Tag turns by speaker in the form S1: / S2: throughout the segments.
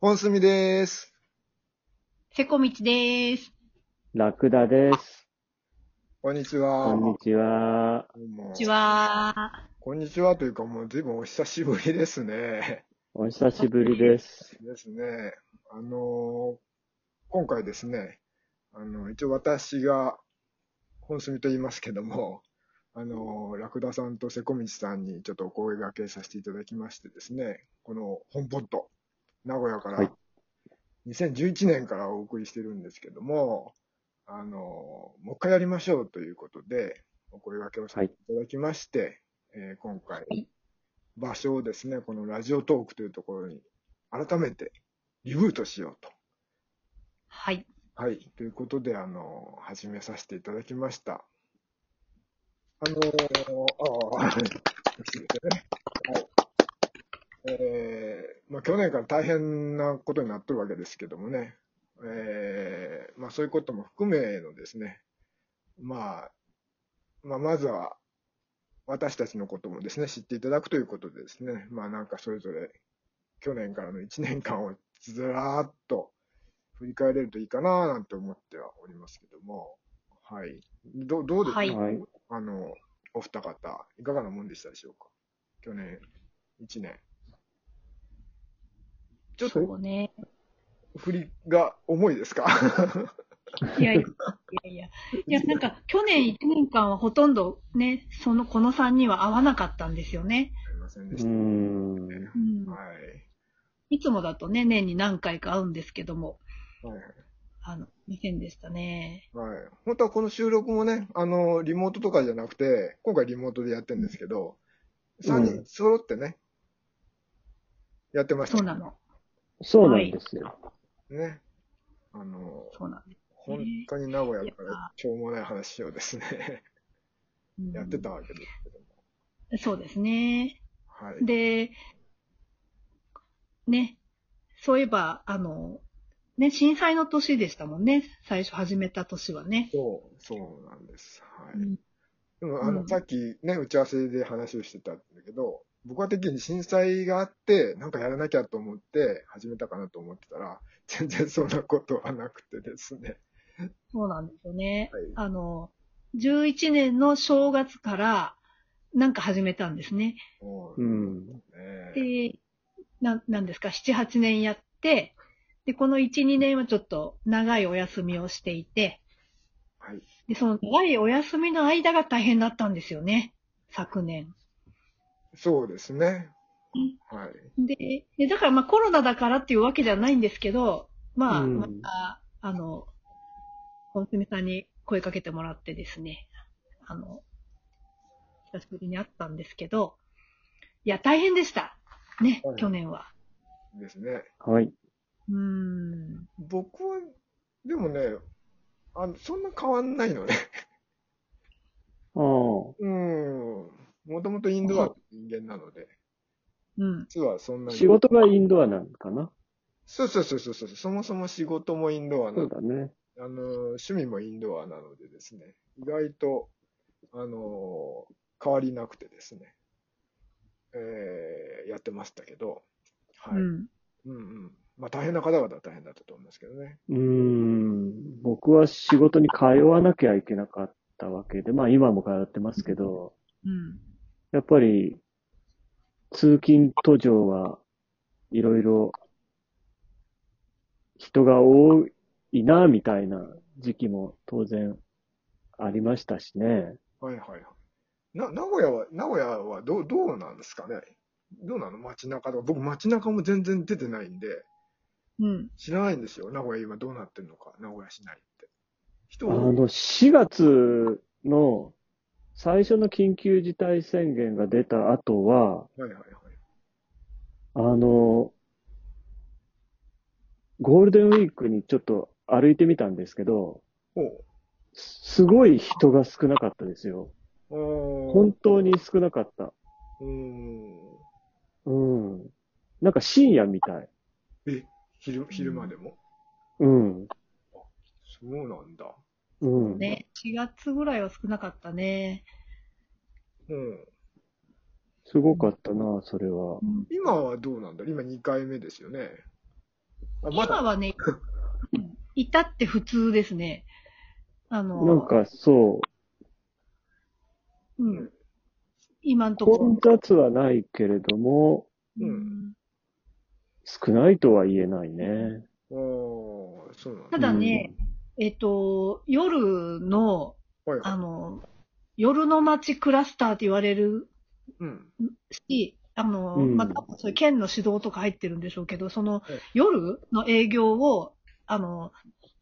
S1: 本住です。
S2: せこみちです。
S3: ラクダです。
S1: こんにちは。
S3: こんにちは。
S1: どうも
S2: こんにち。は。
S1: こんにちはというか、もう随分お久しぶりですね。
S3: お久しぶりです。
S1: ですね。あのー今回ですね、あの、一応私が、本住と言いますけども、あのーラクダさんとセコミチさんにちょっとお声掛けさせていただきましてですね、この本ポッド、名古屋か
S3: はい
S1: ら、2011年からお送りしてるんですけども、あのーもう一回やりましょうということで、お声掛けをさせていただきまして、えー今回
S2: い、
S1: 場所をですね、このラジオトークというところに、改めてリブートしようと。
S2: はい。
S1: はい。ということで、あの、始めさせていただきました。あのああ、はい。失礼ですね。はい。えー、まあ、去年から大変なことになってるわけですけどもね。えー、まあ、そういうことも含めのですね、まあ、まあ、まずは、私たちのこともですね、知っていただくということでですね、まあ、なんかそれぞれ、去年からの1年間をずらーっと、振り返れるといいかななんて思ってはおりますけども、はい。どどうですか、
S2: はい
S3: はい。
S1: あの、お二方、いかがなもんでしたでしょうか去年、一年。ちょっ
S2: そう
S1: と、
S2: ね。
S1: 振りが重いですか
S2: いやいや、いやいや。いや、なんか、去年1年間はほとんどね、その、この3人は合わなかったんですよね。
S1: すいません
S3: う
S1: で
S3: ー
S1: した。
S3: ん。
S2: うん。
S1: はい。
S2: いつもだとね、年に何回か会うんですけども、
S1: はい。
S2: あの、2 0でしたね。
S1: はい。本当はこの収録もね、あの、リモートとかじゃなくて、今回リモートでやってるんですけど、3
S3: う
S1: 人
S3: ん
S1: 揃ってね、やってました
S2: そ
S1: ね。
S2: うなの。
S3: そうなんですよ。
S1: ね。あの、
S2: そうなの。
S1: 本当に名古屋からしょうもない話をですね、
S2: うん
S1: やってた。わけですけども。
S2: そうですね。
S1: はい。
S2: で、ね、そういえば、あの、ね、震災の年でしたもんね。最初始めた年はね。
S1: そう、そうなんです。は
S2: う
S1: い。
S2: ん
S1: でも、あの、
S2: うん
S1: さっきね、打ち合わせで話をしてたんだけど、僕は的に震災があって、なんかやらなきゃと思って始めたかなと思ってたら、全然そんなことはなくてですね。
S2: そうなんですよね。
S1: はい
S2: あの、11年の正月から、なんか始めたんですね。
S1: もう
S3: う
S1: ね
S3: ん。
S2: で、な、なんですか、7、8年やって、で、この1、2年はちょっと長いお休みをしていて、
S1: はい。
S2: で、その長いお休みの間が大変だったんですよね。昨年。
S1: そうですね。はい。
S2: で、でだからまあコロナだからっていうわけじゃないんですけど、まあ、
S3: うん
S2: また、あの、本住さんに声かけてもらってですね、あの、久しぶりに会ったんですけど、いや、大変でした。ね、
S1: はい
S2: 去年は。
S1: ですね。
S3: はい。
S2: うーん。
S1: 僕は、でもね、あの、そんな変わんないのね。
S3: ああ。
S1: うん。もともとインドアの人間なので、
S2: うん。
S1: 実はそんなに。
S3: 仕事がインドアなのかな
S1: そうそうそうそうそう。そもそも仕事もインドアな
S3: そう、だね。
S1: あのー、趣味もインドアなのでですね、意外と、あのー、変わりなくてですね、えー、やってましたけど、はい。
S2: う
S1: うん、
S2: ん。
S1: うんまあ大変な方々は大変だったと思いますけどね。
S3: うーん。僕は仕事に通わなきゃいけなかったわけで、まあ今も通ってますけど、
S2: うん。
S3: やっぱり通勤途上はいろいろ人が多いな、みたいな時期も当然ありましたしね。
S1: はいはいはい。な、名古屋は、名古屋はどう、どうなんですかねどうなの街中とか。僕街中も全然出てないんで、
S2: うん。
S1: 知らないんですよ。名古屋今どうなってるのか。名古屋市内って。人
S3: あ
S1: 多い
S3: の、4月の最初の緊急事態宣言が出た後は、
S1: はいはいはい。
S3: あの、ゴールデンウィークにちょっと歩いてみたんですけど、
S1: ほ
S3: すごい人が少なかったですよ。
S1: う。おー
S3: 本当に少なかった。
S1: うーん。
S3: うん。なんか深夜みたい。
S1: え、昼、昼間でも、
S3: うん。
S1: そうなんだ。
S3: うん。
S2: ね、4月ぐらいは少なかったね。
S1: うん。
S3: すごかったな、それは。
S2: うん
S1: 今はどうなんだ今2回目ですよね。あま
S2: 今
S1: だ、
S2: はね、いたって普通ですね。あの、
S3: なんかそう、
S2: うん。今んと
S3: 混
S2: こ。
S3: 雑はないけれども、
S1: うん
S3: 少ないとは言えないね。
S1: おーそうなん
S2: た
S1: だ。
S2: だね、えっと、夜の、
S1: はい
S2: あ
S1: はい。
S2: の、夜の街クラスターって言われる
S1: うん。
S2: し、あの、
S3: うん
S2: まあ、そういう県の指導とか入ってるんでしょうけど、その
S1: ええ
S2: 夜の営業を、あの、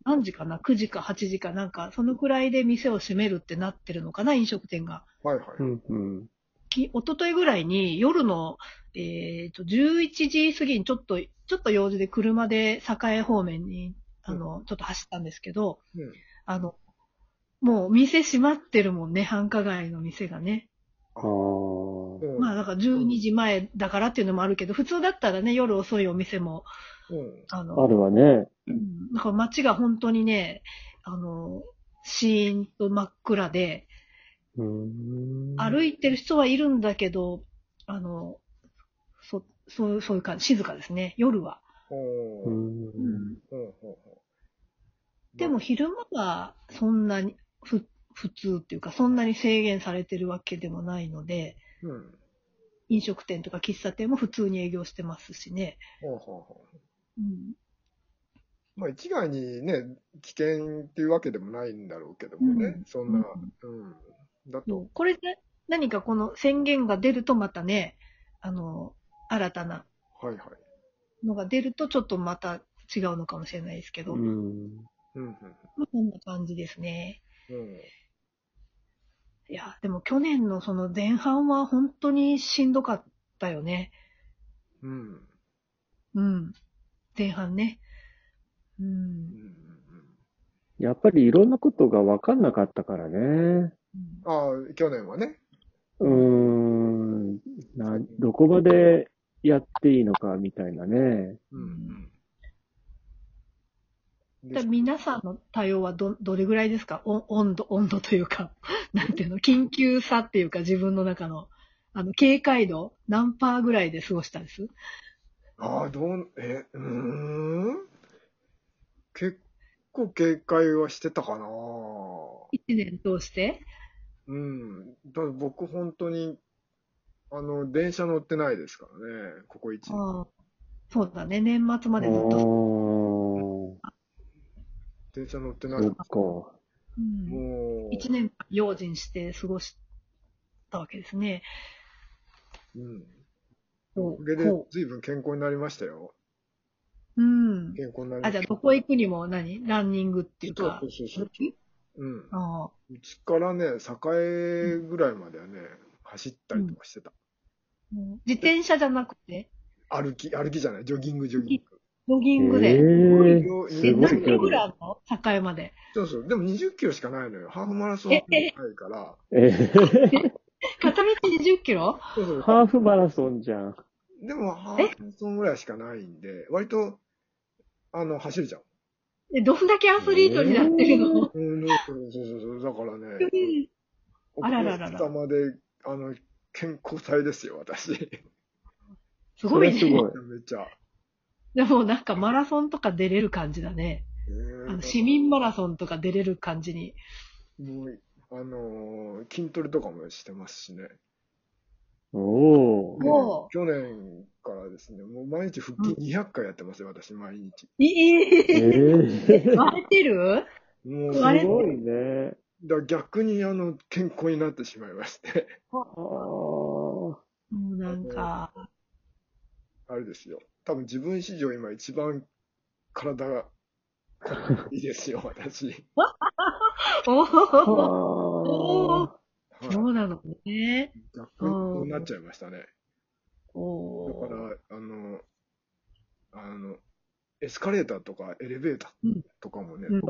S2: 何時かな ?9 時か8時かなんか、そのくらいで店を閉めるってなってるのかな飲食店が。
S1: はいはい。
S3: うんうん。
S2: き一昨日ぐらいに夜の、えっと11時過ぎにちょっと、ちょっと用事で車で栄方面に、あの、ちょっと走ったんですけど、
S1: うん
S2: あの、もう店閉まってるもんね、繁華街の店がね。
S3: ああ。
S1: うん。
S2: まあだから12時前だからっていうのもあるけど、普通だったらね、夜遅いお店も、
S1: うん。
S2: あの、
S3: あるわね。
S2: うんなんか街が本当にね、あの、シーンと真っ暗で、
S3: うん。
S2: 歩いてる人はいるんだけど、あの、そ、そう、そういう感じ、静かですね、夜は。
S1: おーう
S3: う
S1: んうん
S3: ん。
S1: うん
S2: でも昼間はそんなに、ふ、普通っていうか、そんなに制限されてるわけでもないので、
S1: うん。
S2: 飲食店とか喫茶店も普通に営業してますしね。
S1: ほうほうほ
S2: うん。
S1: うまあ、一概にね、危険っていうわけでもないんだろうけどもね、
S2: うん
S1: そんな、うん。だと、
S2: これで何かこの宣言が出るとまたね、あの、新たな
S1: はいはい。
S2: のが出るとちょっとまた違うのかもしれないですけど、ま
S3: う
S1: う
S3: ん。
S1: ん、うん
S2: あこんな感じですね。
S1: うん。
S2: いや、でも去年のその前半は本当にしんどかったよね。
S1: うん。
S2: うん。前半ね。う
S1: うん
S2: ん。
S1: うん
S3: やっぱりいろんなことが分かんなかったからね。
S2: うん
S1: うん。ああ、去年はね。
S3: うーん。な、どこまでやっていいのかみたいなね。
S1: うん。うん
S2: だから皆さんの対応はど、どれぐらいですかお温度、温度というか、 なんていうの、緊急さっていうか自分の中の、あの、警戒度、何パーぐらいで過ごしたんです
S1: ああ、どう、え、うーん。結構警戒はしてたかな。
S2: 一年通して
S1: うん。だ僕、本当に、あの、電車乗ってないですからね、ここ一年。
S2: ああそうだね、年末
S3: あ
S2: ま
S3: あ
S2: でずっと。
S1: 電車乗ってない。
S3: ー、そっか。
S2: うん、
S1: もう、
S2: 1年間用心して過ごしたわけですね。
S1: うん。
S2: こ
S1: おかげで、随分健康になりましたよ。
S2: ううん。
S1: 健康になりま
S2: あ、
S1: した。
S2: じゃあどこ行くにも何ランニングっていうか
S1: そう。そうそううん。
S2: ああ
S1: うちからね、栄ぐらいまではね、走ったりとかしてた。
S2: うん自転車じゃなくて、
S1: 歩き、歩きじゃない、ジョギング、ジョギング。
S2: ジョギング
S3: え
S2: で。
S3: ー
S1: すごい
S2: え、
S3: すごい
S2: 何キ
S3: 距
S2: ロ
S3: 離
S2: ぐ。らいあるの境まで。
S1: そうそう。でも20キロしかないのよ。ハーフマラソンないから。
S3: えー
S2: 片道20キロ
S1: そうそう。
S3: ハーフマラソンじゃん。
S1: でも、ハーフマラソンぐらいしかないんで、割と、あの、走るじゃん。
S2: え、どんだけアスリートになってるの、
S1: うん、そうそうそうそう。だからね、お
S2: あらららら
S1: かげさまで、あの、健康体ですよ、私。め
S2: すごい
S3: それ
S2: ね。
S3: は
S1: ちゃ めちゃ。
S2: でもなんかマラソンとか出れる感じだね。あの市民マラソンとか出れる感じに。
S1: もう、あのー筋トレとかもしてますしね。
S3: すごい。おー。
S2: も
S1: 去年からですね、もう毎日腹筋200回やってますよ、私、毎日。
S2: う、い
S3: え
S2: い、
S3: ー。
S2: 割れてる
S1: もう、
S2: あれ
S3: すごいね。
S1: だ逆にあの健康になってしまいまして、
S3: あー
S2: もうなんか、
S1: あれですよ。多分自分史上今一番体がいいですよ、 私。
S2: お
S3: あ
S2: ー
S3: ー。
S2: そ
S1: は
S2: うなのね。
S1: い、逆にこうなっちゃいましたね。だ
S2: お
S1: か
S2: ー
S1: ら、あの、あの、エスカレーターとかエレベーターとかもね、
S2: うん
S1: う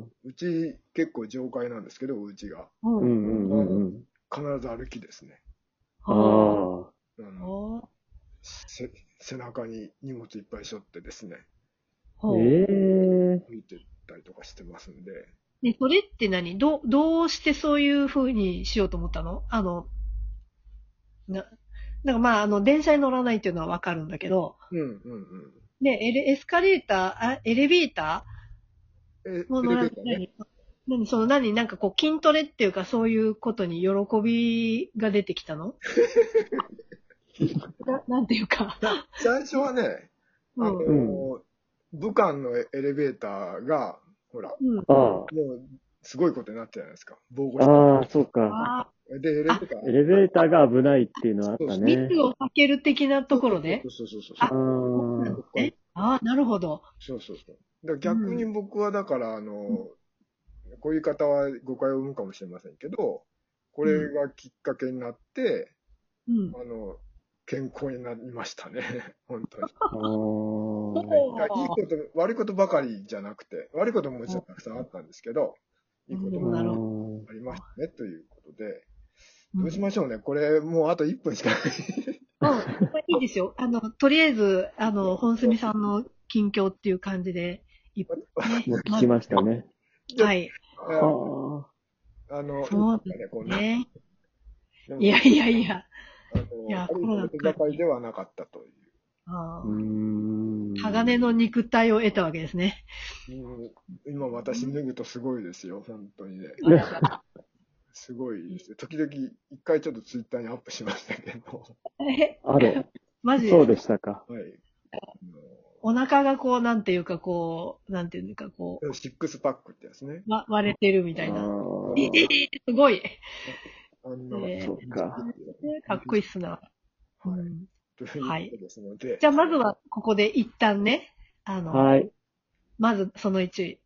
S3: あー。
S1: ち結構上階なんですけど、うちが。
S3: う
S2: うん
S3: んうんうんうん。
S1: 必ず歩きですね。
S3: あ
S2: お
S3: あ。
S1: あの
S2: ー
S1: せ背中に荷物いっぱい背負ってですね、
S2: ほう
S3: ええ
S1: 歩いてったりとかしてますんで、
S2: ね、それって何どう、どうしてそういう風にしようと思ったのあの、な、なんかまあ、あの、電車に乗らないっていうのはわかるんだけど、
S1: うんうんうん。
S2: で、エレエスカレーター、あエレベータ
S1: え、
S2: ーもう
S1: エレベ
S2: 何
S1: ーターね。
S2: 何何その何なんかこう筋トレっていうかそういうことに喜びが出てきたの ななんていうか。
S1: 最初はね、あ
S2: う
S1: の
S2: ん。
S3: う
S1: 武漢のエレベーターが、ほら、
S2: うん。
S3: あ
S1: もう、すごいことになったじゃないですか。防護
S3: あ、
S1: して
S3: ああ、そうか。
S2: あ
S1: で、エレベーター。
S3: エレベーターが危ないっていうのはあった
S2: ー密
S3: ね。
S2: を避ける的なところで。
S1: そうそうそうそう。
S3: あー
S2: えああ、なるほど。
S1: そうそうそう。だから逆に僕はだから、あの、こういう言い方は誤解を生むかもしれませんけど、これがきっかけになって、
S2: うん。
S1: あの、健康になりましたね。 本当に。
S3: あー
S1: だからいいこと、悪いことばかりじゃなくて、悪いことももちろんたくさんあったんですけど、いいこと
S3: う
S1: も
S2: なるほ
S3: ん
S1: ありましたね、ということで。
S2: うん
S1: どうしましょうね。これ、もうあと1分しか ない。
S2: うん、まあいいですよ。あの、とりあえず、あの、本住さんの近況っていう感じで、いっ
S3: もう
S2: ね
S3: 聞きましたね。
S1: た
S2: はい。
S3: あー
S1: あの、
S2: そう
S1: いいですかねこんな
S2: ね。
S1: でも
S2: いやいやいや。
S1: あ
S2: いや
S1: の、悪いことばかりではなかったという。
S2: あ
S3: う
S2: ー
S3: ん
S2: 鋼の肉体を得たわけですね。
S1: うん今私脱ぐとすごいですよ、本当にね。
S3: ね
S1: すごいですよ。時々、一回ちょっとツイッターにアップしましたけど、
S2: え、
S3: あれ、
S2: マジ
S3: そうでしたか。
S1: はい。
S2: お腹がこう、なんていうかこう、なんていうかこ
S1: あのシックスパックってやつね。
S2: う、わ割れてるみたい
S3: あ
S2: な。
S3: ー
S2: えええすごい。
S1: あの、
S2: えー
S3: そうか
S2: かっこいいっすな。う
S1: はい。
S2: ん
S1: ということですので。
S2: じゃあ、まずはここで一旦ね、あの、
S3: はい。
S2: まずその1、